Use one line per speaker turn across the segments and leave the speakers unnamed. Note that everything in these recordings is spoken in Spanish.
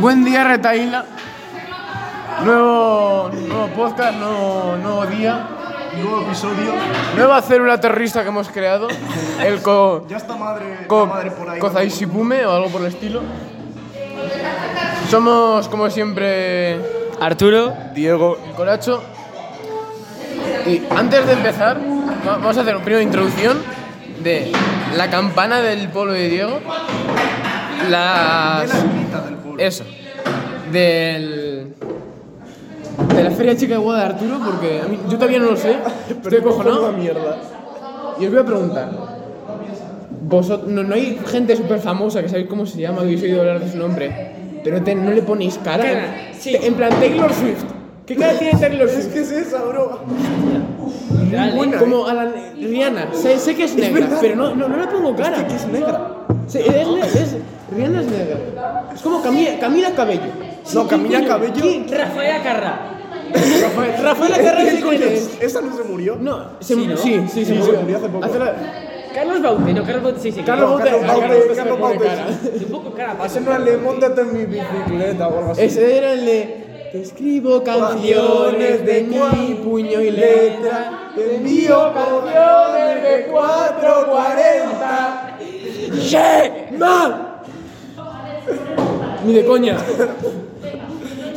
Buen día, Retaíla. Nuevo, nuevo podcast, nuevo, nuevo día,
Nuevo episodio.
nueva célula terrorista que hemos creado, el co,
Ya está madre, la
co,
madre por ahí.
Kozaishibume o algo por el estilo. Somos, como siempre,
Arturo,
Diego y Coracho. Y antes de empezar, va- vamos a hacer una primera introducción de la campana del pueblo de Diego. Las... Eso. Del... De la feria chica de Guada de Arturo, porque a mí- yo todavía no lo sé. Estoy cojonado. mierda. Y os voy a preguntar. Vosotros, no, no hay gente súper famosa que sabéis cómo se llama, que habéis oído hablar de su nombre, pero te- no le ponéis cara. En, en plan, Taylor Swift. ¿Qué cara tiene Taylor Swift?
¿Qué es esa, bro?
Buena, ¿eh? como a la Rihanna. Sé, sé que es negra,
¿eh? verdad.
pero no, no, no le pongo cara.
que es negra.
Sí, es, ne- es- Rihanna es negra. Es como Camila, Camila Cabello.
No, Camila Cabello.
Rafael Acarra.
Rafael, Rafaela Carrera
¿Qué
sí
coño
que
es?
es.
¿Esa no se murió?
No, se,
¿no?
sí, sí, se, murió.
murió hace poco.
la-
Carlos Baute, no, Carlos Baute sí, sí.
Carlos
No,
Baute,
Carlos
a Carlos
Baute,
Baute se le
Carlos
pone
Baute.
cara.
Un poco cara, pasa.
Ese no es el de Móntate en mi bicicleta o algo así.
Ese era el de Te escribo canciones de mi puño y letra
Te envío canciones de 440.
¡Yeah! ¡Man! Ni de coña.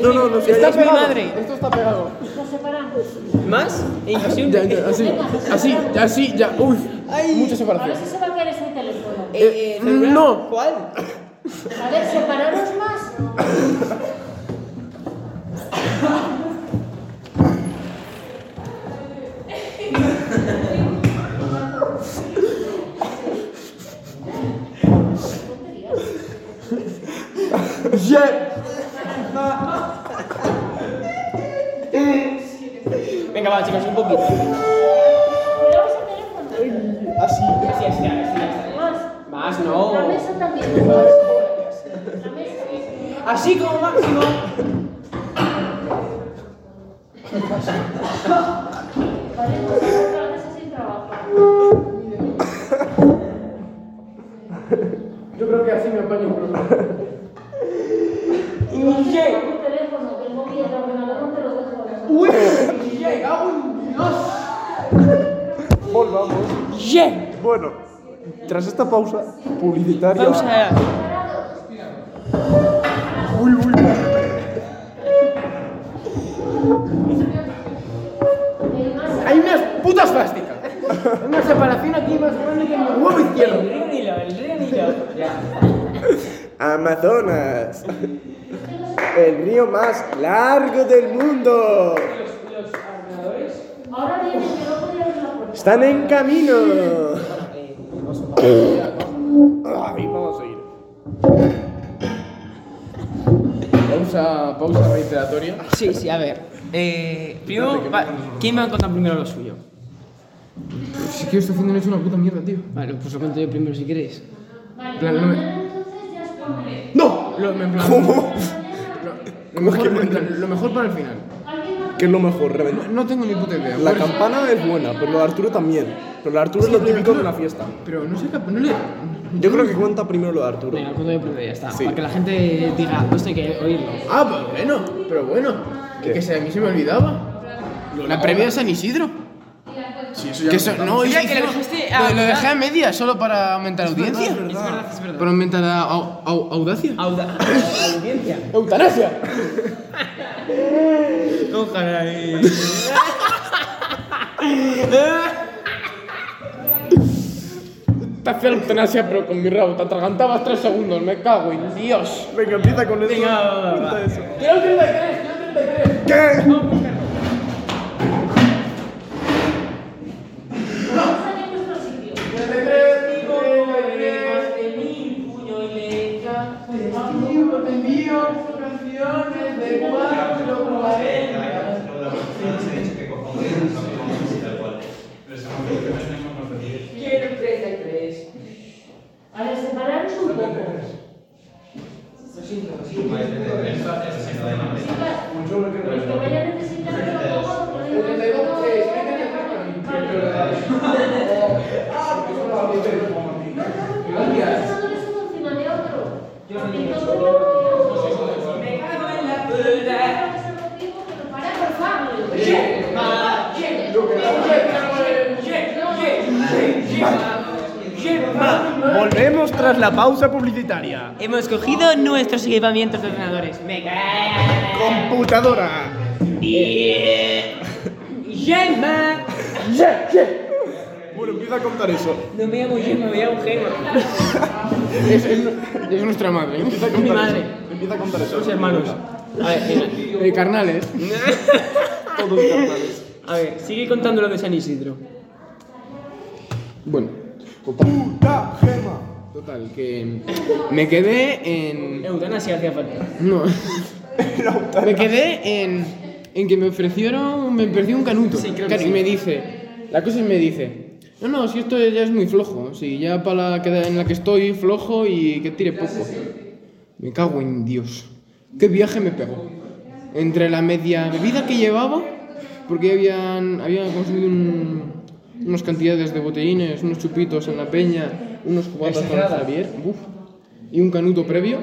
No, no, no.
Está
Es mi
pegado.
madre.
Esto está pegado.
Más, e
Ya,
inclusive.
ya, así, así, ya, así, ya. Uy, mucha separación.
Ahora sí se va a caer ese teléfono.
Eh, no.
¿Cuál?
A ver, separaros más.
Yeah.
Venga, va, chicos, un poquito.
Separaros el teléfono.
Así, así, así, así.
Más.
Más,
La
no.
mesa también. Más. La mesa.
Así como máximo.
Vale, pues la mesa sin trabajo.
Yo creo que así me apaño.
Un teléfono, que el móvil y el ordenador no te los dejo.
Uy, llega un dios.
Volvamos.
Yeah.
Bueno, tras esta pausa publicitaria.
Pausa.
Uy, uy,
Hay unas putas plásticas. Hay una separación aquí más grande que mi huevo izquierdo.
El Renilo, el Renilo. Ya.
Amazonas, el río más largo del mundo.
Ahora viene que no podía abrir la puerta.
Están en camino. Ay, vamos a ir.
Pausa, pausa reiteratoria.
Sí, sí, a ver. Eh, primero, va- ¿quién me va a contar primero lo suyo?
Si que esto fin de es una puta mierda, tío.
Vale, pues lo cuento yo primero si queréis.
plan, no me-
Mañana entonces ya os pondré.
¡No!
Lo, en plan- Lo, lo mejor, en plan, lo mejor para el final.
¿Qué es lo mejor? Reventar.
No tengo ni puta idea.
La
Por-
campana es buena, pero lo de Arturo también. Pero lo de Arturo es lo típico de una fiesta.
Pero no sé qué. No le.
Yo creo que cuenta primero lo de Arturo.
Venga, cuento yo primero y ya está.
Sí.
Para que la gente diga, esto hay que oírlo.
Ah, pues bueno, pero bueno. Que se, a mí se me olvidaba. La previa de San Isidro. Sí, eso ya que eso- no, ya
que
hicimos-
lo dijiste
lo,
a-
lo dejé a medias solo para aumentar audiencia.
Es verdad, es verdad.
Para aumentar a- au- au- audacia.
Auda audiencia.
¡Eutanasia!
Ojalá. eh.
Te hacía la eutanasia, pero con mi rabo. Te atragantabas tres segundos. Me cago en Dios.
Venga, empieza con eso.
Venga, va, va,
Cuenta
va.
eso.
Quiero 33, quiero 33.
¿Qué?
Ahora separarnos un poco. Los que vayan necesitando un poco, lo podéis ir marcando. Vale. Eso Ah, pues no les funciona de otro. Entonces, no-
Volvemos tras la pausa publicitaria.
Hemos cogido nuestros equipamientos de ordenadores. Me cago.
Computadora.
Gemma.
Bueno, empieza a contar eso.
No me llamo Gemma, me llamo Gemma.
Es, es- es nuestra madre.
Empieza a
Mi
contar
madre.
eso. Empieza a contar eso.
Somos hermanos. A ver, mira.
Eh, carnales.
Todos carnales.
A ver, sigue contando lo de San Isidro.
Bueno, total,
Puta gema.
total, que me quedé en...
Eutanasia hacía falta.
No, me quedé en, en que me ofrecieron, me ofreció un canuto.
Sí, creo que
Claro,
sí.
Y me dice, la cosa es me dice, no, no, si esto ya es muy flojo, si ya para la queda en la que estoy, flojo y que tire poco. Me cago en Dios. Qué viaje me pegó. Entre la media bebida que llevaba, porque habían, habían consumido un- unas cantidades de botellines, unos chupitos en la peña, unos cubatas con Javier, uf, y un canuto previo.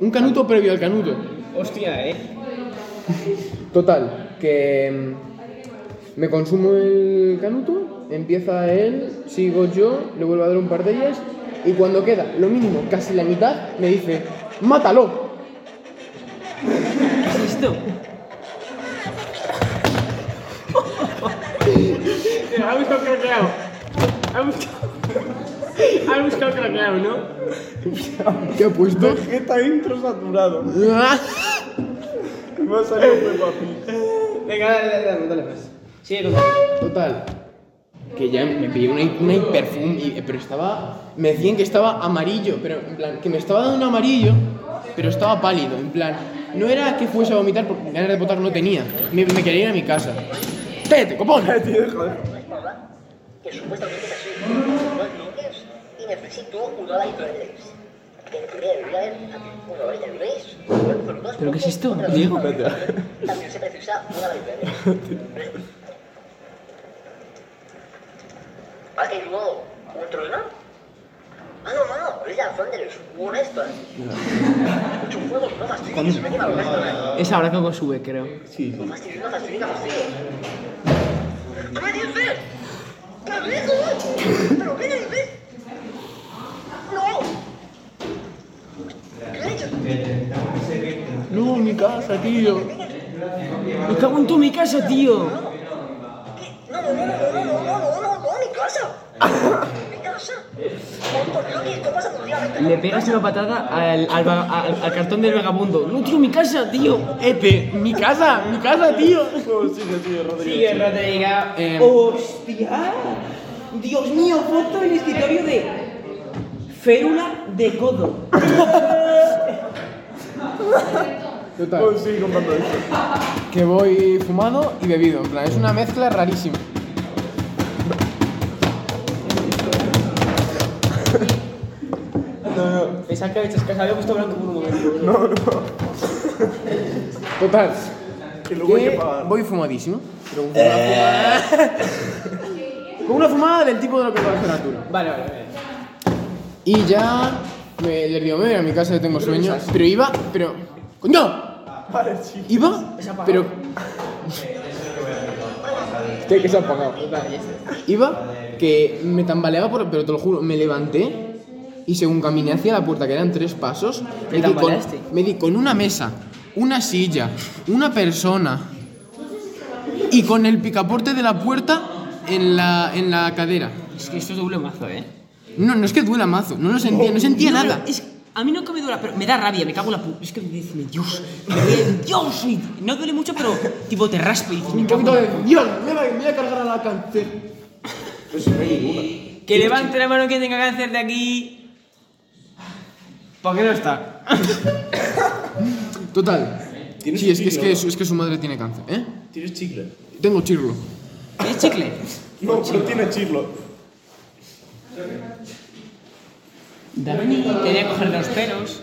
Un canuto previo al canuto.
Hostia, eh.
Total, que mm, me consumo el canuto, empieza él, sigo yo, le vuelvo a dar un par de ellas, y cuando queda lo mínimo, casi la mitad, me dice, mátalo.
¿Qué es esto? Ha buscado craqueado. Ha buscado. Ha buscado craqueado, ¿no?
¿Qué ha puesto?
Vegeta intro saturado. Me ha salido muy guapi.
Venga, dale, dale, dale, dale más. Sigue contando.
Total. Que ya me pillé una, hi- una hiperfum, y- pero estaba. Me decían que estaba amarillo, pero en plan, que me estaba dando un amarillo, pero estaba pálido, en plan. No era que fuese a vomitar porque ganas de votar no tenía. Me, me quería ir a mi casa. ¡Tete, copón!
Tío, joder.
que supuestamente nació en Nueva Orleans y necesito un dólar y tres leyes. Que le podría ayudar a un dólar y tres leyes, bueno, por dos,
¿Pero qué es esto,
otra vez,
Diego?
También se precisa un dólar y tres leyes. ¿Ha caído un trueno? Ah, no, no, es la Thunderous, un restaurant. Mucho fuego, no fastidies, me quema el restaurant.
Es ahora que sube, creo.
No fastidies, no fastidies, no fastidies. ¿Qué me dices? ¿Qué dices? ¿Pero qué dices? ¡No! ¿Qué dices?
No, mi casa, tío.
Me cago en tu mi casa, tío.
No, no, no, no, no, no, no, no, no, no, mi casa. Mi casa. Por- por Dios, que esto pasa por día, vete.
Le pegas una patada al, al, va- al- al cartón del vagabundo. No, tío, mi casa, tío.
Ete, mi casa, mi casa, tío.
No, sigue, sigue, Rodrigo.
Sigue, Rodriga.
Em.
¡Hostia! Dios mío, foto del escritorio de. Férula de codo.
No,
Total,
sigue contando eso.
que voy fumado y bebido, en plan, es una mezcla rarísima.
Pensaba que había hecho escasa, había puesto blanco por un momento. bro.
Total.
Que luego hay que
que
pagar.
voy fumadísimo. Pero con una fumada. con una fumada del tipo de lo que va a hacer Arturo.
Vale, vale, vale.
Y ya me les digo, me voy a mi casa, que tengo sueño. Pero iba, pero. ¡Coño!
Vale, sí.
Iba, pero. ¿Qué que se ha apagado? Iba, que me tambaleaba, por- pero te lo juro, me levanté. Y según caminé hacia la puerta, que eran tres pasos,
¿Te
me di, con,
tambaleaste?
me di con una mesa, una silla, una persona y con el picaporte de la puerta en la, en la cadera.
Es que esto es doble mazo, eh.
No, no es que duela mazo, no lo sentía, no sentía
No, pero
nada.
es- a mí nunca me duela, pero me da rabia, me cago en la pu... Es que me dice, Dios, me duele, Dios, y no duele mucho, pero tipo te raspa y dices, me
Un
cago en
poquito
la
de. Dios, me voy a- me voy a cargar a la cáncer.
Que levante la mano que tenga cáncer de aquí. ¿Para qué no está?
Total.
¿Tienes
Sí, es que,
chicle
es,
o no?
que su, es que su madre tiene cáncer, ¿eh?
¿Tienes chicle?
Tengo chirlo.
¿Tienes chicle?
No, pero tiene chirlo.
Dani, quería coger los pelos.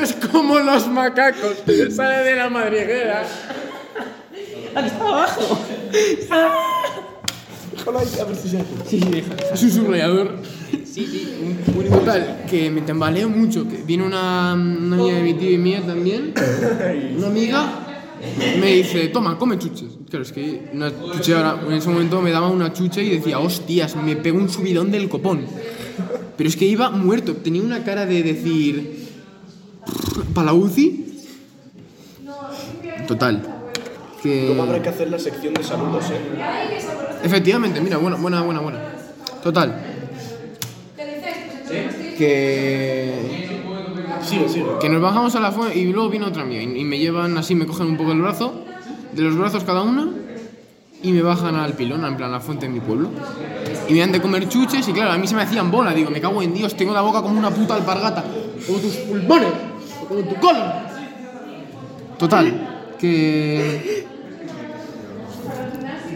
Es como los macacos. Sale de la madriguera.
Aquí está abajo.
Déjalo ahí, a ver si se hace.
Sí, deja.
Es un subrayador.
Sí, sí. un-
Total, que me tambaleo mucho. Que viene una, una amiga de mi tío y mía también. Una amiga. Me dice, toma, come chuches. Claro, es que una chuche ahora, en ese momento me daba una chuche y decía, hostias, me pegó un subidón del copón. Pero es que iba muerto, tenía una cara de decir, ¿para la UCI? Total.
Luego
Que...
habrá que hacer la sección de saludos, eh.
Efectivamente, mira, buena, buena, buena, buena. Total. Que...
Sigue, sigue.
Que nos bajamos a la fuente y luego viene otra mía y, y me llevan así, me cogen un poco el brazo, de los brazos cada uno y me bajan al pilón, en plan la fuente de mi pueblo. Y me dan de comer chuches y claro, a mí se me hacían bola, digo, me cago en Dios, tengo la boca como una puta alpargata, como tus pulmones, o como tu colon. Total, que...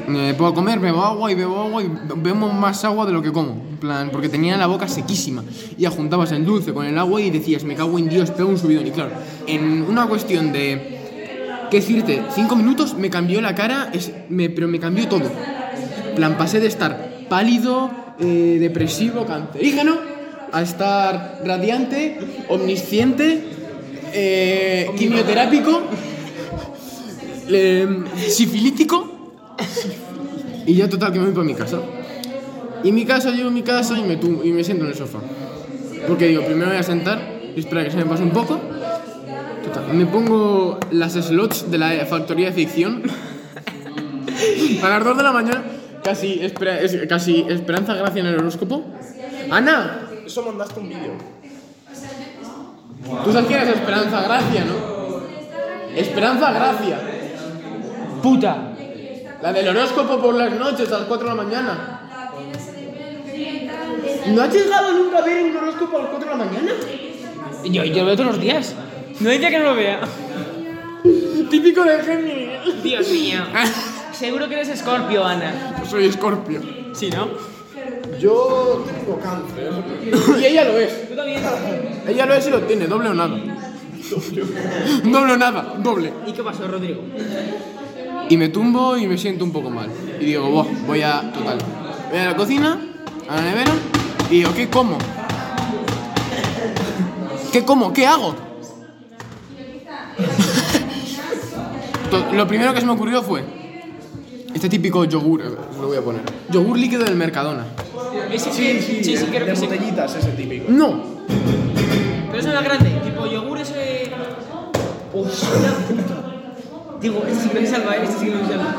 Me Eh, puedo comer, bebo agua y bebo agua y bebo más agua de lo que como. En plan, porque tenía la boca sequísima. Y juntabas el dulce con el agua y decías, me cago en Dios, pego un subidón. Y claro, en una cuestión de. ¿Qué decirte? Cinco minutos me cambió la cara, es- me- pero me cambió todo. En plan, pasé de estar pálido, eh, depresivo, cancerígeno, a estar radiante, omnisciente, eh, quimioterápico, eh, sifilítico. Y ya total que me voy para mi casa. Y mi casa, llego a mi casa y me, tum- y me siento en el sofá. Porque digo, primero voy a sentar y esperar que se me pase un poco. Total, me pongo las slots de la factoría de ficción. a las 2 de la mañana, casi, espera- es- casi esperanza gracia en el horóscopo. Ana,
Eso mandaste un vídeo.
tú sabes quién es esperanza gracia, ¿no? Esperanza gracia. Puta. La del horóscopo por las noches a las 4 de la mañana. ¿No has llegado nunca a ver un horóscopo a las 4 de la mañana?
Yo, yo lo veo todos los días. No hay día que no lo vea.
Típico de Gemini.
Dios mío. Seguro que eres escorpio, Ana.
Soy Escorpio.
Sí, ¿no?
Yo tengo cáncer.
Y ella lo es.
Tú también.
Ella lo es y lo tiene, doble o nada. doble o nada, doble.
¿Y qué pasó, Rodrigo?
Y me tumbo y me siento un poco mal. Y digo, "Buah, voy a. Total. Voy a la cocina, a la nevera, y digo, ¿qué como? ¿Qué como? ¿Qué hago? To- Lo primero que se me ocurrió fue. Este típico yogur, eh, lo voy a poner. Yogur líquido del Mercadona.
Ese sí, sí, sí, creo
de
que sí.
botellitas, ese típico.
No,
Pero eso es más grande, tipo yogur ese. Hostia puta. Digo, este sí que me salva, este sí que me salva.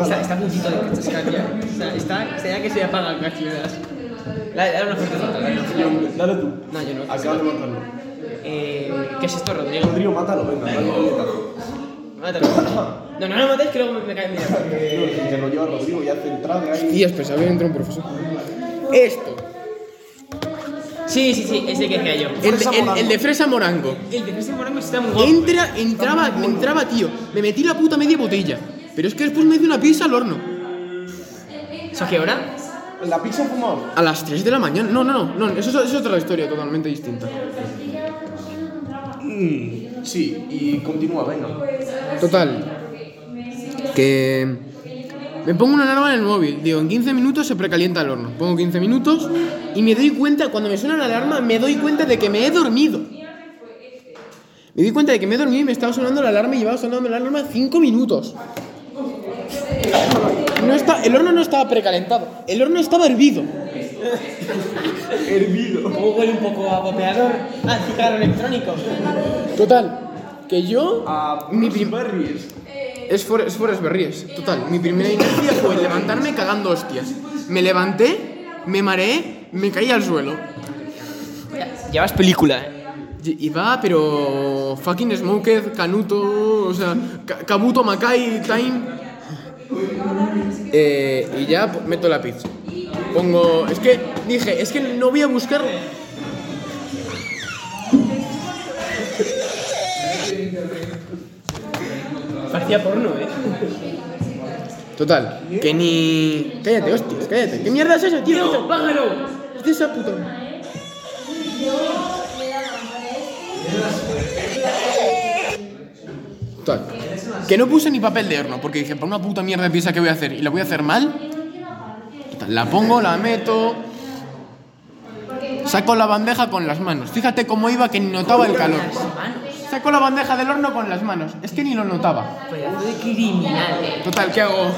O sea, está a puntito de que se cambia. O sea, está, está ya que se apaga casi, ¿verdad? La- Dale una fuerte foto, dale una fuerte foto.
Dale tú.
No, yo no.
Acaba de matarlo.
Eh, ¿Qué es esto, Rodrigo?
Rodrigo, mátalo, venga, dale un puñetazo.
Mátalo. No, no lo matéis que luego me, me cae en mi lado.
No, Eh, que lo lleva Rodrigo ya centrado ahí.
y después había entrado un profesor. Esto,
Sí, sí, sí, ese que decía yo.
el de, el- el de fresa morango.
El de Cristi Moreno está muy guapo.
Entra, entraba, entraba, tío. Me metí la puta media botella. Pero es que después me hice una pizza al horno.
¿Eso a qué hora?
La pizza fumado.
A las 3 de la mañana. No, no, no. no eso, es- es otra historia totalmente distinta.
Mm, Sí, y continúa, venga.
Total. Que. Me pongo una alarma en el móvil. Digo, en 15 minutos se precalienta el horno. Pongo 15 minutos y me doy cuenta, cuando me suena la alarma, me doy cuenta de que me he dormido. Me di cuenta de que me he dormido y me estaba sonando la alarma y llevaba sonando la alarma 5 minutos. No está, el horno no estaba precalentado, el horno estaba hervido.
Como huele un poco a vapeador, a cigarro electrónico.
Total, que yo.
A
mi
Bruce
prim-
Berries.
es, for, es Forest Berries, total. Mi primera inercia fue levantarme cagando hostias. Me levanté, me mareé, me caí al suelo.
Llevas película, eh.
Y y va, pero. Fucking Smoked, Canuto, o sea, Ka- Kabuto, Makai, Time. Eh, y ya po- meto la pizza. Pongo. Es que dije, es que no voy a buscar.
Parecía porno, eh.
Total, que ni. Cállate, hostias, cállate. ¿Qué mierda es eso, tío?
Tío, págalo.
Es de esa puta. Total, que no puse ni papel de horno, porque dije, para una puta mierda de pieza que voy a hacer y la voy a hacer mal. Total, La pongo, la meto. Saco la bandeja con las manos. Fíjate cómo iba que ni notaba el calor. Saco la bandeja del horno con las manos. Es que ni lo notaba.
Pedazo de criminal, eh.
Total, ¿qué hago?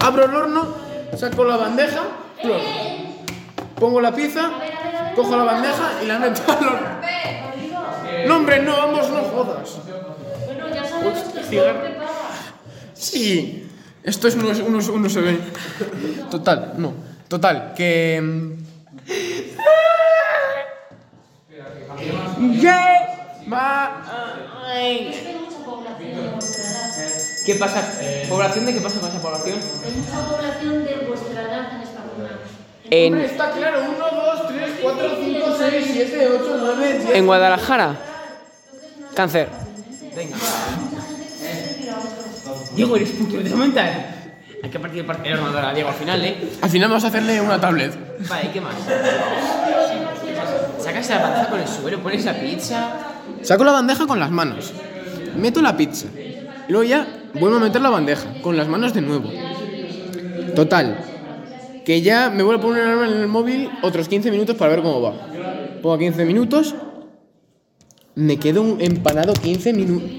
Abro el horno, saco la bandeja, plop. pongo la pizza, cojo la bandeja y la meto al horno. No, hombre, no, vamos, no jodas. Sí, esto es uno, uno, uno se ve. Total, no. Total, que... mm, Ya, ma-
¿Qué pasa? Eh, ¿Población de qué pasa con esa población?
Hay mucha población de vuestra edad en esta zona.
Hombre, Está claro, 1, 2, 3, 4, 5, 6, 7, 8, 9, 10.
En Guadalajara. Cáncer. Venga. Diego, eres puto de mental. Hay que partir el partido de la Diego al final, ¿eh?
Al final vamos a hacerle una tablet.
Vale, ¿qué más? Sacas la panza con el suelo, pones la pizza.
Saco la bandeja con las manos. Meto la pizza. Y luego ya vuelvo a meter la bandeja con las manos de nuevo. Total. Que ya me vuelvo a poner alarma en el móvil otros 15 minutos para ver cómo va. Pongo 15 minutos. Me quedo un- empanado 15 minutos.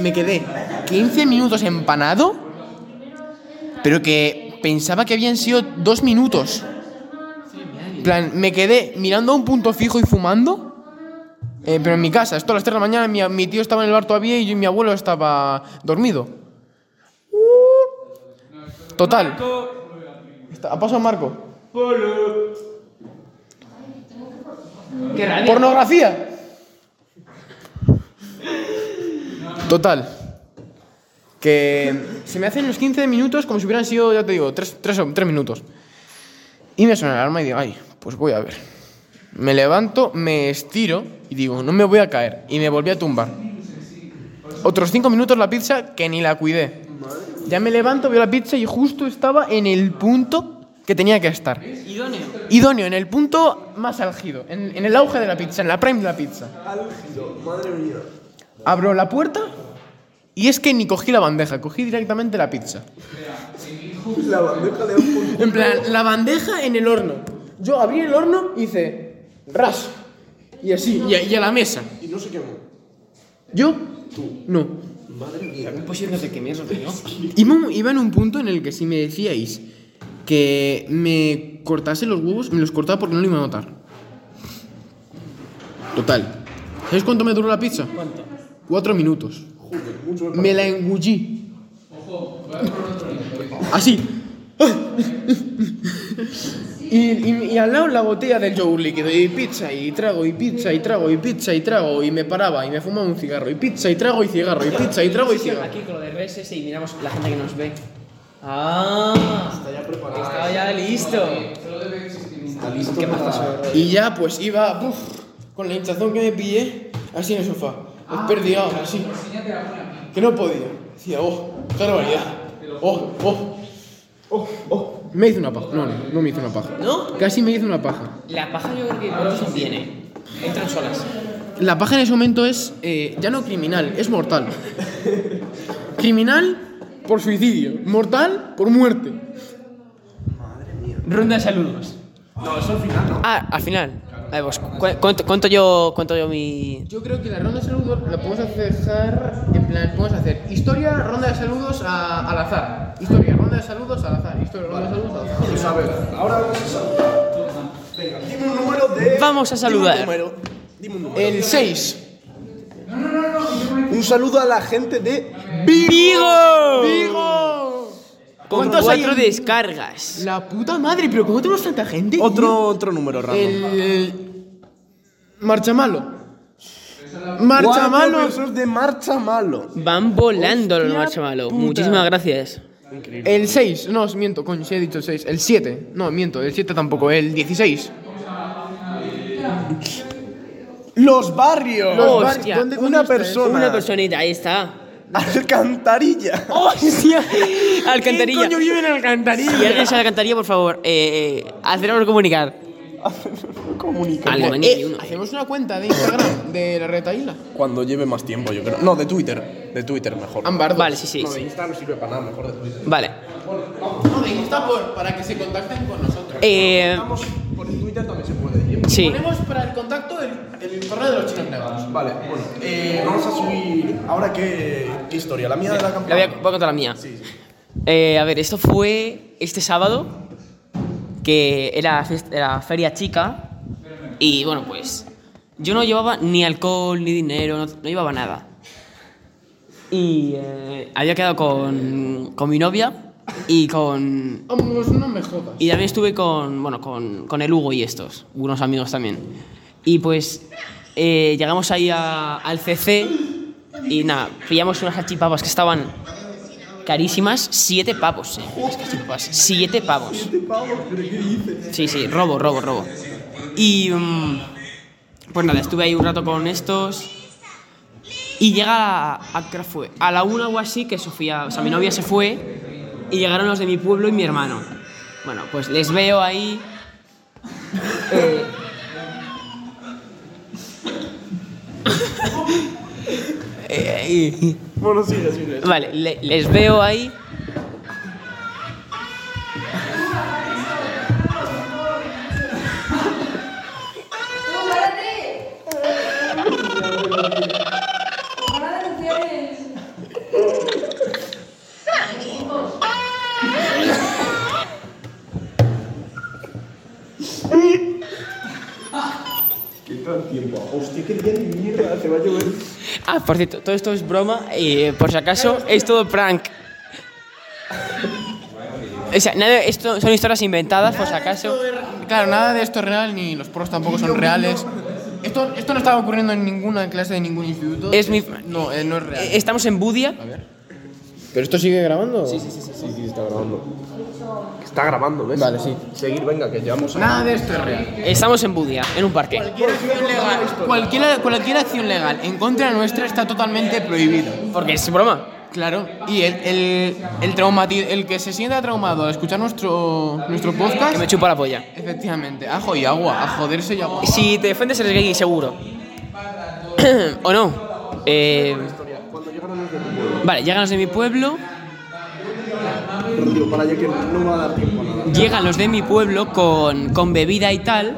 Me quedé 15 minutos empanado. Pero que pensaba que habían sido dos minutos. En plan, me quedé mirando a un punto fijo y fumando. Eh, pero en mi casa, esto a las 3 de la mañana, mi, mi tío estaba en el bar todavía y yo y mi abuelo estaba dormido. Total. Está- ¿Ha pasado Marco?
¡Qué rabia!
¡Pornografía! Total. Que se me hacen los 15 minutos como si hubieran sido, ya te digo, 3, minutos. Y me suena la alarma y digo, ay, pues voy a ver. Me levanto, me estiro y digo, no me voy a caer. Y me volví a tumbar. Otros 5 minutos la pizza que ni la cuidé. Ya me levanto, veo la pizza y justo estaba en el punto que tenía que estar
Idóneo.
idóneo, en el punto más álgido, en, en el auge de la pizza, en la prime de la pizza. Abro la puerta y es que ni cogí la bandeja, cogí directamente la pizza.
La bandeja de un
En plan, la bandeja en el horno. Yo abrí el horno y hice ras. Y así, y a, y a la mesa.
Y no se quemó.
Yo, no.
Madre mía.
Pues yo no sé qué mierda, tío.
Iba, iba en un punto en el que si me decíais que me cortase los huevos, me los cortaba porque no lo iba a notar. Total. ¿Sabéis cuánto me duró la pizza? ¿Cuánto? Cuatro minutos.
Joder, mucho
Me la engullí. Así. Y, y- y al lado la botella del yogur líquido y pizza y trago y pizza y trago y pizza y trago y me paraba y me fumaba un cigarro y pizza y trago y cigarro y pizza y trago y cigarro.
Aquí con lo de RSS y miramos la gente que nos ve. ¡Ah! Está ya preparado. Está ya listo.
Está listo
¿Qué
para-
pasa?
Y ya pues iba uf, con la hinchazón que me pillé, así en el sofá. Pues perdido, así. Que no podía. Decía, oh, qué barbaridad. Oh, oh, oh, oh. Me hice una paja. No, no, no me hice una paja.
¿No?
Casi me hice una paja.
La paja yo creo que por eso viene. ¿eh? Entran solas.
La paja en ese momento es eh, ya no criminal, es mortal. criminal por suicidio, mortal por muerte.
Ronda de saludos. No, eso al final no. Ah, al final. A ver, vos, cu- cuento, cuento yo, cuento yo mi...
Yo creo que la ronda de saludos la podemos hacer en plan, podemos hacer historia, ronda de saludos a- al azar. Historia, ronda de saludos al azar. Historia, ronda de saludos al azar.
Pues a ver, ahora vamos a saludar. Venga, dime un número de.
Vamos a saludar.
Dime un número. Dime un número.
El 6.
Un saludo a la gente de
¡Vigo!
¡Vigo!
Con
¿Cuántos hay
cuatro
en-
descargas.
La puta madre, pero ¿cómo tenemos tanta gente?
Otro, otro número raro.
El, Marcha malo. Marcha
Cuatro
malo.
versos de marcha malo.
Van volando los
Hostia
marshmallows.
puta.
Muchísimas gracias.
El 6, no, os miento, coño, si he dicho el 6. El 7, no, miento, el 7 tampoco, el 16.
Los barrios.
Los barrios,
Hostia.
¿dónde coño
Una
está
persona.
Una personita, ahí está.
Alcantarilla.
¡Hostia! Alcantarilla.
¿Quién coño vive en Alcantarilla?
Si alguien se alcantaría, por favor, eh, eh, hacernos comunicar.
Comunica.
Alemania y uno.
Eh, Hacemos una cuenta de Instagram de la Reta Isla.
Cuando lleve más tiempo, yo creo. No, de Twitter. De Twitter mejor.
Ambardo.
Vale, sí, sí.
No, de Insta no sirve para nada, mejor de Twitter.
Vale.
No, me gusta por, para que se contacten con nosotros.
Eh,
Vamos, por Twitter también se puede. y-
sí.
Ponemos para el contacto el, el correo de los chinos negados.
Vale, bueno. eh, vamos a subir. Ahora qué, qué historia. La mía de la
La
campaña.
voy a, voy a contar la mía. Eh, a ver, esto fue este sábado, que era, fiest- era feria chica, y bueno, pues yo no llevaba ni alcohol, ni dinero, no, no llevaba nada. Y eh, había quedado con, con mi novia y con...
Vamos, no me jodas.
Y también estuve con, bueno, con, con el Hugo y estos, unos amigos también. Y pues eh, llegamos ahí a- al CC y nada, pillamos unas cachipapas que estaban carísimas, siete pavos, eh, las cachipapas, siete pavos. Sí, sí, robo, robo, robo. Y mm, pues nada, estuve ahí un rato con estos y llega a, a qué hora fue? A la una o así que Sofía, o sea, mi novia se fue y llegaron los de mi pueblo y mi hermano. Bueno, pues les veo ahí. eh, eh, ahí.
Bueno, sigue, sigue.
Vale, le- les veo ahí.
Hostia, qué día de mierda. Se va a llover.
Ah, por cierto, todo esto es broma y eh, por si acaso es todo prank. O sea, nada, esto son historias inventadas, por si acaso.
Claro, nada de esto es real, ni los poros tampoco son reales. Esto, esto no estaba ocurriendo en ninguna clase de ningún instituto.
Es mi-
No, eh, no es real.
Eh, Estamos en Budia.
¿Pero esto sigue grabando? Sí, sí, sí.
está grabando. Está grabando, ¿ves?
Vale, sí.
Seguir, venga, que llevamos.
Nada de esto es real.
Estamos en Budia, en un parque.
Cualquier, cualquier acción legal en contra nuestra está totalmente prohibida.
Porque es broma.
Claro, y el, el, el, traumati- el que se sienta traumado al escuchar nuestro, nuestro podcast,
Que me chupa la polla.
efectivamente, ajo y agua, a joderse y agua.
Si te defiendes eres gay, seguro. ¿O no? Eh, vale, llegan los de mi pueblo.
Tío, para allá que no va a dar tiempo a nada.
Llegan los de mi pueblo con, con bebida y tal.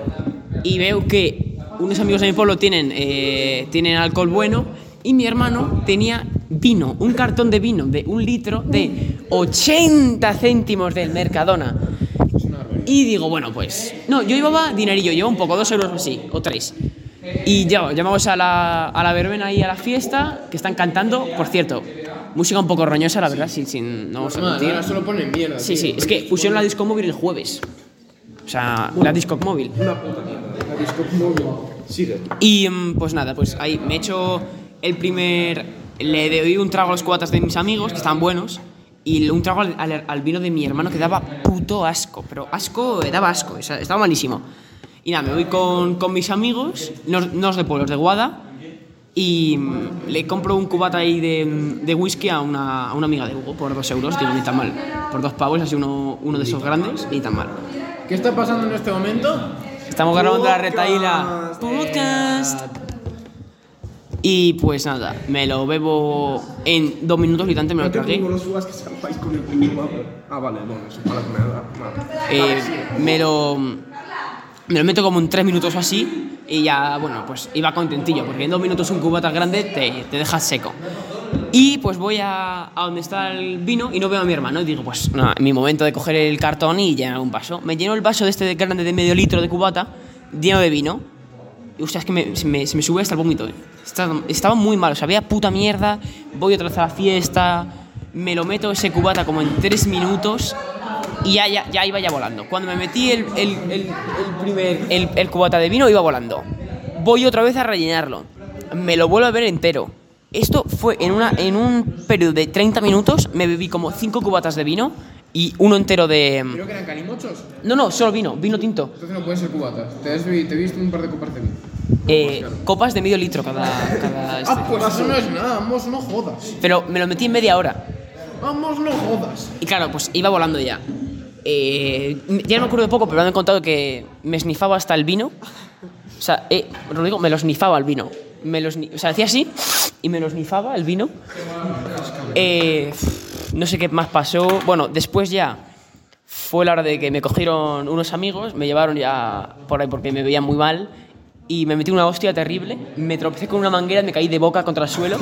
Y veo que unos amigos de mi pueblo tienen, eh, tienen alcohol bueno. Y mi hermano tenía vino, un cartón de vino de un litro de 80 céntimos del Mercadona. Y digo, bueno, pues. No, yo llevaba dinerillo, llevaba un poco, dos euros o así, o tres. Y ya, llamamos a la, a la verbena y a la fiesta, que están cantando, por cierto, música un poco roñosa, la verdad, sin, sin, no vamos a mentir.
solo ponen mierda.
Sí, sí, es que pusieron la disco móvil el jueves. O sea, la disco móvil.
Sigue.
Y mm, pues nada, pues ahí me echo el primer. Le doy un trago a los cubatas de mis amigos, que están buenos, y un trago al, al- al vino de mi hermano que daba puto asco. Pero asco, eh, daba asco, o sea, estaba malísimo. Y nada, me voy con, con mis amigos, no, no es de pueblos, de Guada, y mm, le compro un cubata ahí de, de whisky a una, a una amiga de Hugo por dos euros, digo, ni tan mal. Por dos pavos, así uno, uno de esos grandes, ni tan mal.
¿Qué está pasando en este momento?
Estamos grabando la retaíla. Podcast. Y pues nada, me lo bebo en dos minutos, literalmente me lo tragué.
No lo subas que salváis con el puto mapa. Ah, vale, bueno, eso para ah, nada. nada.
Eh, me lo. Me lo meto como en tres minutos o así. Y ya, bueno, pues iba contentillo, porque en dos minutos un cubata grande te, te deja seco. Y pues voy a, a donde está el vino y no veo a mi hermano. Y digo, pues nada, mi momento de coger el cartón y llenar un vaso. Me lleno el vaso de este grande de medio litro de cubata, lleno de vino. O sea, es que me- se, me, se me sube hasta el vómito, eh. Está- estaba muy mal, o sea, vea puta mierda, voy otra vez a la fiesta, me lo meto ese cubata como en tres minutos y ya, ya, ya iba ya volando. Cuando me metí el, el- el- el primer el, el cubata de vino iba volando. Voy otra vez a rellenarlo. Me lo vuelvo a ver entero. Esto fue en, una, en un periodo de 30 minutos, me bebí como cinco cubatas de vino y uno entero de...
Creo que eran calimochos.
No, no, solo vino, vino tinto.
Entonces no pueden ser cubatas. Te, has, vi- te he visto un par de copas de vino.
Eh, copas de medio litro cada... cada este.
Ah, pues eso no es nada, Mos, no jodas.
Pero me lo metí en media hora.
Vamos, no jodas.
Y claro, pues iba volando ya. Eh, ya no me acuerdo de poco, pero me han contado que me snifaba hasta el vino. O sea, eh, Rodrigo, me lo snifaba el vino. Me lo sni- o sea, hacía así y me lo snifaba el vino. Eh, no sé qué más pasó. Bueno, después ya fue la hora de que me cogieron unos amigos, me llevaron ya por ahí porque me veían muy mal y me metí una hostia terrible. Me tropecé con una manguera, me caí de boca contra el suelo.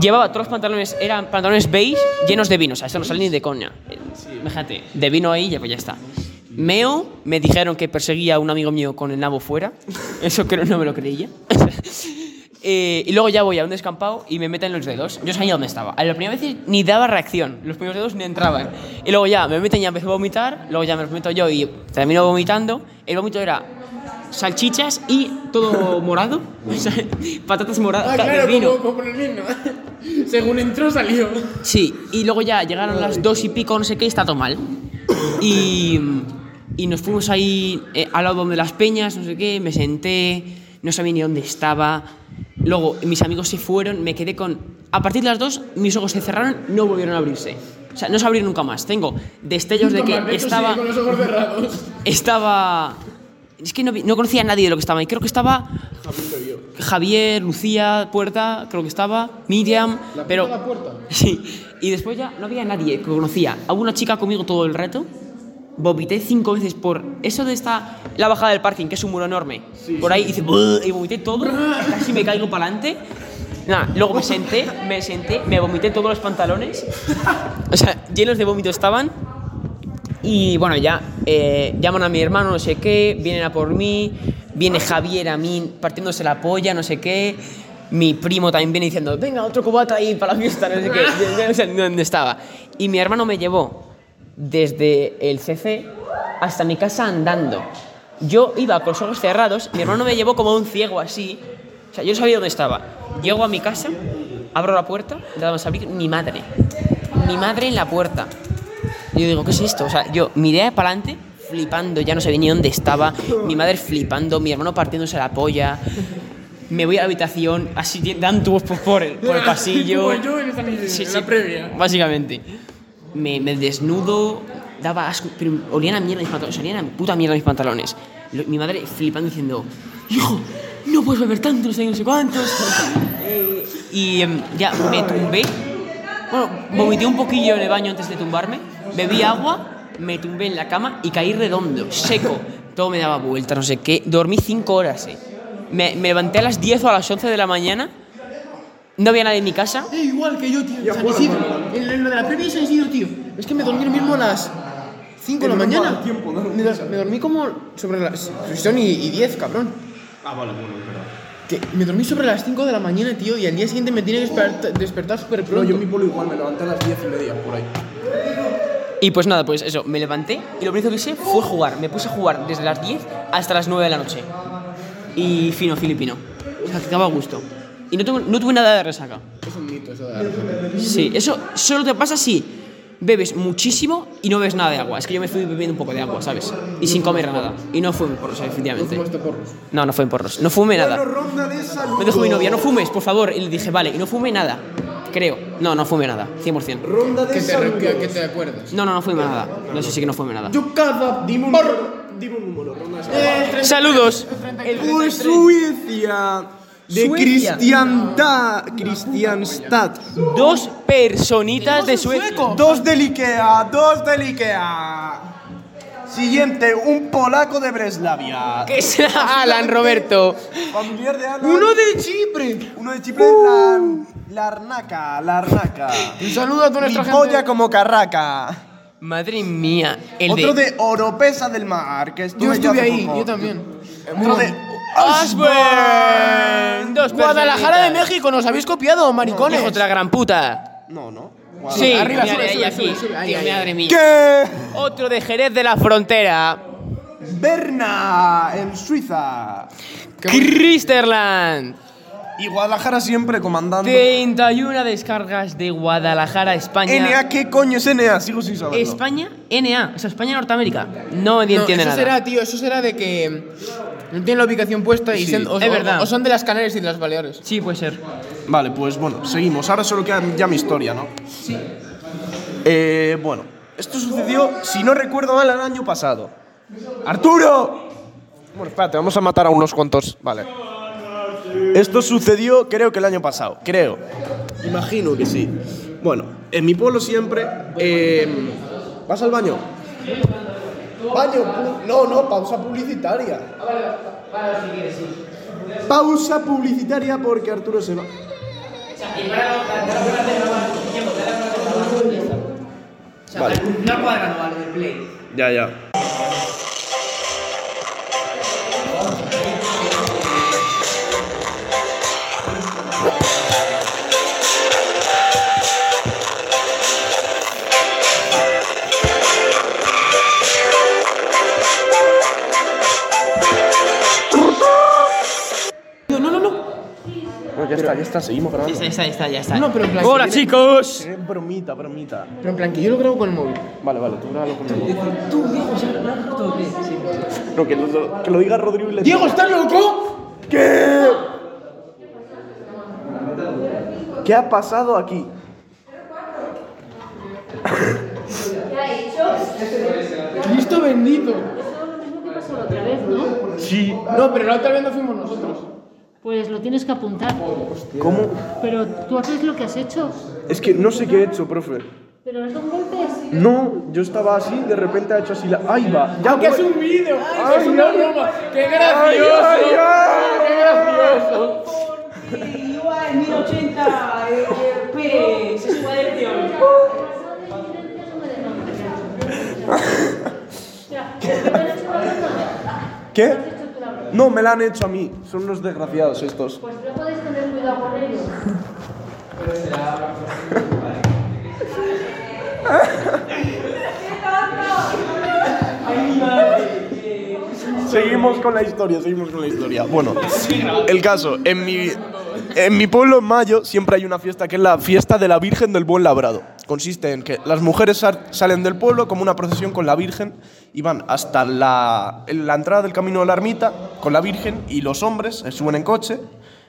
Llevaba todos los pantalones, eran pantalones beige llenos de vino, o sea, esto no sale ni de coña. Eh, Imagínate, de vino ahí, ya, pues ya está. Meo, me dijeron que perseguía a un amigo mío con el nabo fuera, eso creo no me lo creía. Eh, y luego ya voy a un descampado y me meten los dedos. Yo sabía dónde estaba. A la primera vez ni daba reacción, los primeros dedos ni entraban. Y luego ya me meten y ya empecé a vomitar, luego ya me los meto yo y termino vomitando. El vómito era salchichas y todo morado, o sea, patatas moradas,
Ah,
de
claro,
vino.
como, como el vino. Según entró, salió.
Sí, y luego ya llegaron las dos y pico, no sé qué, y está todo mal. Y, y nos fuimos ahí eh, al lado de las peñas, no sé qué, me senté, no sabía ni dónde estaba. Luego mis amigos se fueron, me quedé con... A partir de las dos, mis ojos se cerraron, no volvieron a abrirse. O sea, no se abrieron nunca más. Tengo destellos de
Toma, Beto
que
sigue
estaba...
Con los ojos cerrados.
Estaba... Es que no, vi- no conocía a nadie de lo que estaba ahí. Creo que estaba Javier, Lucía, Puerta, creo que estaba, Miriam, pero...
La puerta.
Sí, y después ya no había nadie que conocía. Hubo una chica conmigo todo el reto. Vomité cinco veces por eso de esta. La bajada del parking, que es un muro enorme. por ahí hice. "Buh", Y vomité todo. Casi me caigo para adelante. Nada, luego me senté, me senté, me vomité todos los pantalones. O sea, llenos de vómito estaban. Y bueno, ya eh, llaman a mi hermano, no sé qué, vienen a por mí, viene Javier a mí partiéndose la polla, no sé qué. Mi primo también viene diciendo, venga, otro cubata ahí para la fiesta, no sé qué, Yo ya no sé ni dónde estaba. Y mi hermano me llevó desde el CC hasta mi casa andando. Yo iba con los ojos cerrados, mi hermano me llevó como un ciego así, o sea, yo no sabía dónde estaba. Llego a mi casa, abro la puerta, nada más abrir, mi madre. Mi madre en la puerta. Y Yo digo, ¿qué es esto? O sea, yo miré para adelante, flipando, ya no sabía ni dónde estaba, mi madre flipando, mi hermano partiéndose la polla. Me voy a la habitación, así di- dan tubos por- por el, por el pasillo.
Como yo en esta misión,
Sí,
en
sí.
la previa.
Básicamente. Me, me desnudo, daba asco, pero olían a mierda mis pantalones, olían a puta mierda mis pantalones. Lo- mi madre flipando diciendo, hijo, no puedes beber tanto, no sé, qué, no sé cuántos. Eh, y em, ya me tumbé. Bueno, vomité un poquillo en el baño antes de tumbarme, bebí agua, me tumbé en la cama y caí redondo, seco. Todo me daba vuelta, no sé qué. Dormí cinco horas, eh. Me, me levanté a las 10 o a las 11 de la mañana. No había nadie en mi casa.
Eh, igual que yo, tío. San Isidro. En en lo de la previa de San Isidro, tío. Es que me dormí el mismo a las 5 de la
El mismo
mañana.
al tiempo, ¿no?
me, dor- me dormí como sobre las. Son y, y 10, cabrón.
Ah, vale, bueno, es verdad.
Que me dormí sobre las 5 de la mañana, tío. Y al día siguiente me tiene que despertar- despertar súper
No, yo
pronto.
en mi polo igual me levanté a las 10 y media por ahí.
Y pues nada, pues eso, me levanté y lo primero que hice fue jugar. Me puse a jugar desde las 10 hasta las 9 de la noche. Y fino, filipino. O sea, que acaba a gusto. Y no, tengo- no tuve nada de resaca.
Es un mito eso de la
Sí, eso solo te pasa si bebes muchísimo y no bebes nada de agua. Es que yo me fui bebiendo un poco de agua, ¿sabes? Y sin comer nada. Y no fumé porros, definitivamente.
Este porros.
No, no fumé porros. No fumé nada.
ronda de salud.
Me dijo mi novia, no fumes, por favor. Y le dije, vale, y no fumé nada. Creo. No, no fumé nada. 100%.
Ronda de
Que te,
salud.
re- que, que te acuerdas.
No, no, no fumé nada. No sé si que no fumé nada.
Yo cada
Dime un
porro.
número, dime un número, ronda de
Saludos.
Pues Suecia. De
Suecia.
Cristiandad. Cristianstad.
Dos personitas de Suecia.
Dos del Ikea, dos del Ikea. Siguiente, un polaco de Breslavia.
Que es Alan Roberto.
Familiar de Alan.
Uno de Chipre. Uh.
Uno de Chipre, la, la Arnaca, la Arnaca.
Un saludo a toda
Mi
nuestra gente.
polla como carraca.
Madre mía. El
Otro
de...
de Oropesa del Mar, que estuve
Yo
hace
estuve ahí,
poco.
yo también.
Otro de
Ashburn.
Dos
Guadalajara de México, nos habéis copiado, maricones.
Hijo de la gran puta.
No, no.
Sí,
Arriba,
mira,
sube,
ahí,
sube,
aquí.
sube, sube, ahí,
Tío,
ahí.
madre mía.
¿Qué?
Otro de Jerez de la Frontera.
Berna, en Suiza.
Cristerland.
Y Guadalajara siempre comandando.
31 descargas de Guadalajara, España.
NA, ¿qué coño es NA? Sigo sin saberlo.
España, NA. O sea, España, Norteamérica. No entiende
eso
nada.
será, tío, eso será de que no tienen la ubicación puesta y
Sí,
sean- o,
es
o-
verdad.
o son de las Canarias y de las Baleares.
Sí, puede ser.
Vale, pues bueno, seguimos. Ahora solo queda ya mi historia, ¿no? Sí. Eh, bueno, esto sucedió, si no recuerdo mal, el año pasado. ¡Arturo! Bueno, espérate, vamos a matar a unos cuantos. Vale. Esto sucedió, creo que el año pasado. Creo. Imagino que sí. Bueno, en mi pueblo siempre. eh, ¿Vas al baño?
Baño, pu- no, no, pausa publicitaria. Pausa publicitaria porque Arturo se va.
Vale.
No cuadra no vale, el play.
Ya, ya.
Tío, no, no, no.
ya está, ya está, seguimos grabando.
Ya está, ya está, ya está.
No, pero en plan,
Hola,
si viene-
chicos.
Bromita, bromita.
Pero en plan, que yo lo grabo con el móvil.
Vale, vale, tú grábalo con el móvil.
Tú, Diego, ya no has visto qué. Sí.
No, que lo, que lo diga Rodrigo y le
¡Diego, ¿estás loco?
¿Qué? ¿Qué ha pasado aquí?
Cristo bendito.
Eso es lo mismo que pasó la otra vez, ¿no?
Sí.
No, pero la otra vez no fuimos nosotros.
Pues lo tienes que apuntar.
¿Cómo?
Pero tú haces lo que has hecho.
Es que no sé qué he hecho, profe.
Pero no son golpes.
No, yo estaba así, de repente ha hecho así la. ¡Ahí va! ¡Ya
Que es
voy.
un vídeo,
Ay,
que es una
ay,
broma. ¡Qué
ay,
gracioso!
ay, ay.
¡Qué gracioso!
Igual, 1080, P, se sube de
¿Qué? No, me la han hecho a mí. Son unos desgraciados estos.
Pues no podéis tener cuidado con ellos.
Seguimos con la historia, seguimos con la historia. Bueno, el caso, en mi, en mi pueblo en mayo siempre hay una fiesta que es la fiesta de la Virgen del Buen Labrado. Consiste en que las mujeres sar- salen del pueblo como una procesión con la Virgen y van hasta la, en la entrada del camino de la ermita con la Virgen y los hombres eh, suben en coche,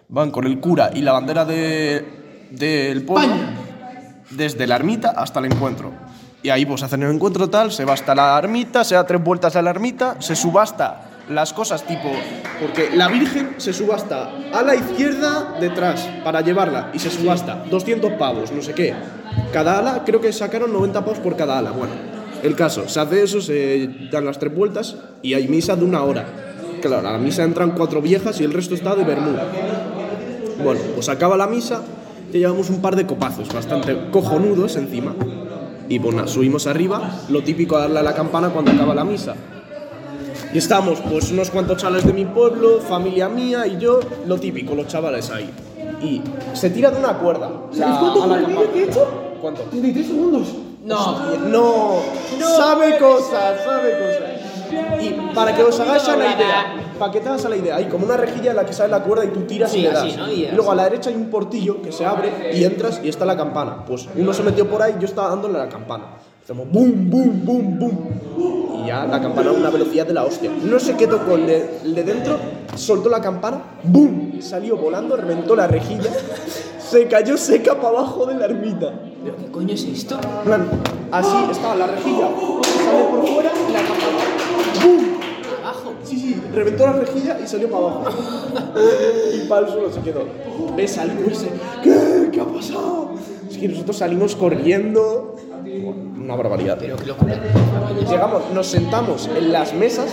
van con el cura y la bandera de- del pueblo desde la ermita hasta el encuentro. Y ahí pues hacen el encuentro tal, se va hasta la ermita, se da tres vueltas a la ermita, se subasta las cosas tipo... Porque la Virgen se subasta a la izquierda detrás para llevarla y se subasta 200 pavos, no sé qué. Cada ala, creo que sacaron 90 pavos por cada ala. Bueno, el caso, se hace eso, se dan las tres vueltas y hay misa de una hora. Claro, a la misa entran cuatro viejas y el resto está de Bermuda. Bueno, pues acaba la misa, ya llevamos un par de copazos, bastante cojonudos encima. Y bueno, nada, subimos arriba, lo típico darle a la campana cuando acaba la misa. Y estamos, pues unos cuantos chavales de mi pueblo, familia mía y yo, lo típico, los chavales ahí. Y se tira de una cuerda. ¿Sabes cuánto fue el vídeo que he hecho? ¿Cuánto? 33 segundos. No. No. Sabe cosas, sabe cosas. Y para que os hagáis a la idea, para que te hagas a la idea, hay como una rejilla en la que sale la cuerda y tú tiras y
Sí,
le das.
así, ¿no? Y
Y luego a la derecha hay un portillo que se abre y entras y está la campana. Pues uno se metió por ahí y yo estaba dándole a la campana. Hacemos boom, boom, boom, boom. Y ya la campana a una velocidad de la hostia. No sé qué tocó el de, el de dentro, soltó la campana, boom, salió volando, reventó la rejilla, se cayó seca para abajo de la ermita.
¿Pero qué coño es esto?
En plan, así estaba la rejilla, salió por fuera y la campana, boom.
Abajo.
Sí, sí, reventó la rejilla y salió para abajo. y para el suelo se quedó. Ves al culo y dice, ¿qué? ¿Qué ha pasado? Es que nosotros salimos corriendo. Una barbaridad.
Pero qué locura.
Llegamos, nos sentamos en las mesas,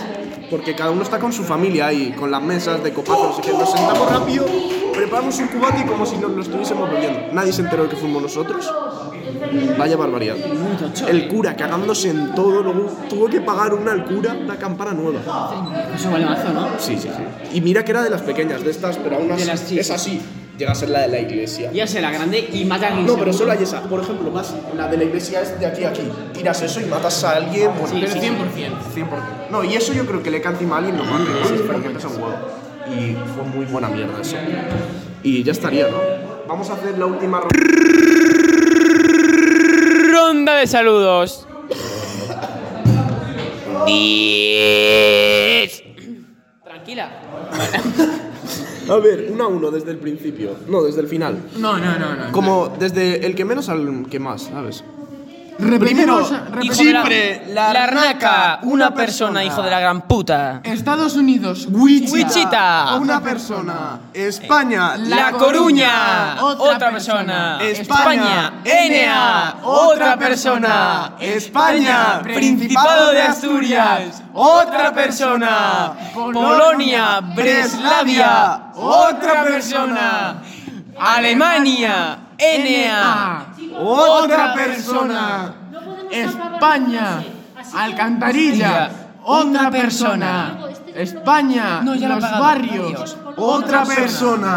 porque cada uno está con su familia y con las mesas de copazos. Así que nos sentamos rápido, preparamos un cubati como si nos lo estuviésemos bebiendo. Nadie se enteró de que fuimos nosotros. Vaya barbaridad. El cura cagándose en todo, luego tuvo que pagar una al cura una campana nueva.
Eso vale mazo, ¿no?
Sí, sí, sí. Y mira que era de las pequeñas, de estas, pero aún
De
así.
las chicas.
es así. Llega a ser la de la iglesia.
Ya sé, la grande y mata a alguien.
No, pero
seguro.
solo hay esa. Por ejemplo, más la de la iglesia es de aquí a aquí. Tiras eso y matas a alguien. bueno,
Sí, pero
100%. No, y eso yo creo que le canta a alguien lo mate. sí, Espero que pese un huevo. Y fue muy buena mierda eso. Y ya estaría, ¿no? Vamos a hacer la última ronda.
Ronda de saludos. 10.
Tranquila.
A ver, uno a uno desde el principio. No, desde el final.
No, no, no, no.
Como desde el que menos al que más, ¿sabes?
Repetimos- repetimos-
Chipre, la, arnaca, una persona, hijo de la gran puta.
Estados Unidos,
Wichita.
Wichita.
Wichita.
Una persona.
España.
La Coruña, otra, persona. España, Enea, otra persona. España, Principado de Asturias, otra persona. Polonia, Breslavia, otra persona. Alemania, Enea, otra persona.
España. Alcantarilla. Otra persona. España.
No, ya lo he
los
pagado.
barrios. Otra persona.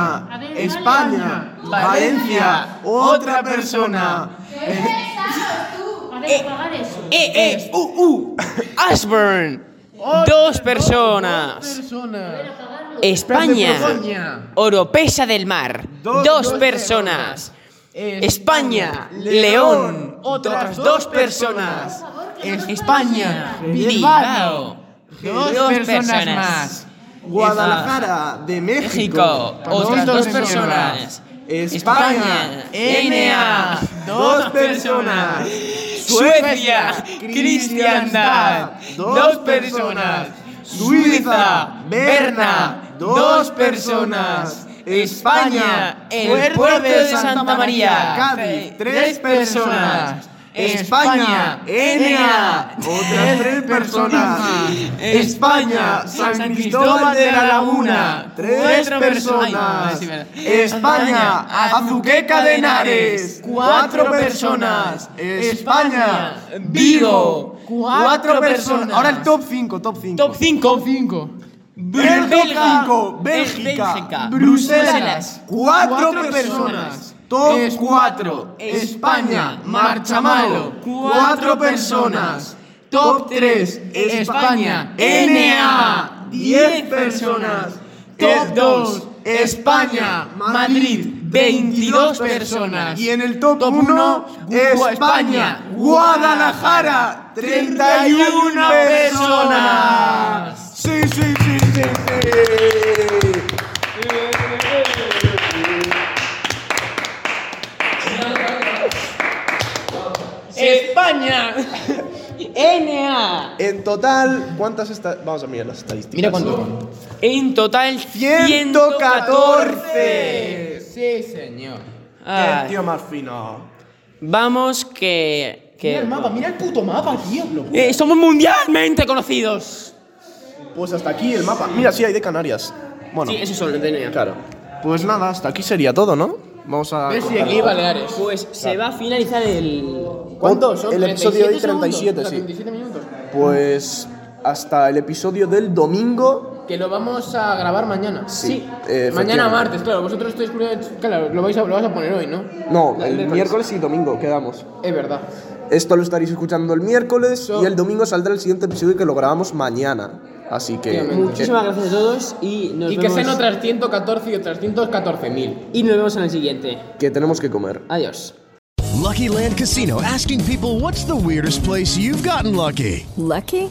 España. Valencia. Otra persona.
Eh, pagar eso.
E, E, U, U. Ashburn, dos personas.
Persona.
España, Oropesa del Mar, dos, personas. España, León, otras dos personas. España, Bilbao, dos, personas más.
Guadalajara, de México.
México, otras dos personas. España, NA, dos personas. Suecia, Cristiandad, dos personas. Suiza, Berna, dos personas. España, el puerto de Santa María, Cádiz, tres personas. España, NA, otras tres personas. España, San Cristóbal de la Laguna, tres personas. España, Azuqueca de Henares, cuatro personas. España, Vigo, cuatro personas.
Ahora el top 5, top 5.
Top 5.
5.
Bélgica, Bélgica, Bruselas, cuatro personas. Top 4,
España, Marchamalo, cuatro personas. Top 3, España, NA, 10 personas. Top 2, España, Madrid, 22 personas.
Y en el top
Top
1,
uno,
España,
España,
Guadalajara,
31
31 personas. Sí, sí, sí, sí, sí.
España, NA.
En total, ¿cuántas esta- Vamos a mirar las estadísticas.
Mira cuánto. En total,
114.
Sí, señor.
Ay.
Ah.
El tío más fino.
Vamos que... que-
mapa, mira el puto mapa, tío.
Eh, somos mundialmente conocidos.
Pues hasta aquí el mapa. Mira, sí, hay de Canarias. Bueno,
Sí, eso solo tenía.
claro. Pues nada, hasta aquí sería todo, ¿no? Vamos a.
Ves si aquí Baleares.
Pues se va a finalizar el...
¿Cuántos son?
El episodio de hoy,
37
37,
segundos.
sí.
37 minutos.
Pues hasta el episodio del domingo.
Que lo vamos a grabar mañana. Sí.
eh,
mañana
efectivamente.
martes, claro. Vosotros estáis. Claro, lo vais a, lo vas a poner hoy, ¿no?
No,
La-
el
la-
miércoles y domingo quedamos.
Es verdad.
Esto lo estaréis escuchando el miércoles y el domingo saldrá el siguiente episodio que lo grabamos mañana. Así que.
Muchísimas gracias a todos y nos
Y que
vemos...
sean otras 114 y otras 114.000.
Y nos vemos en el siguiente.
que tenemos que comer.
Adiós.
Lucky Land Casino asking people what's the weirdest place you've gotten lucky?
Lucky?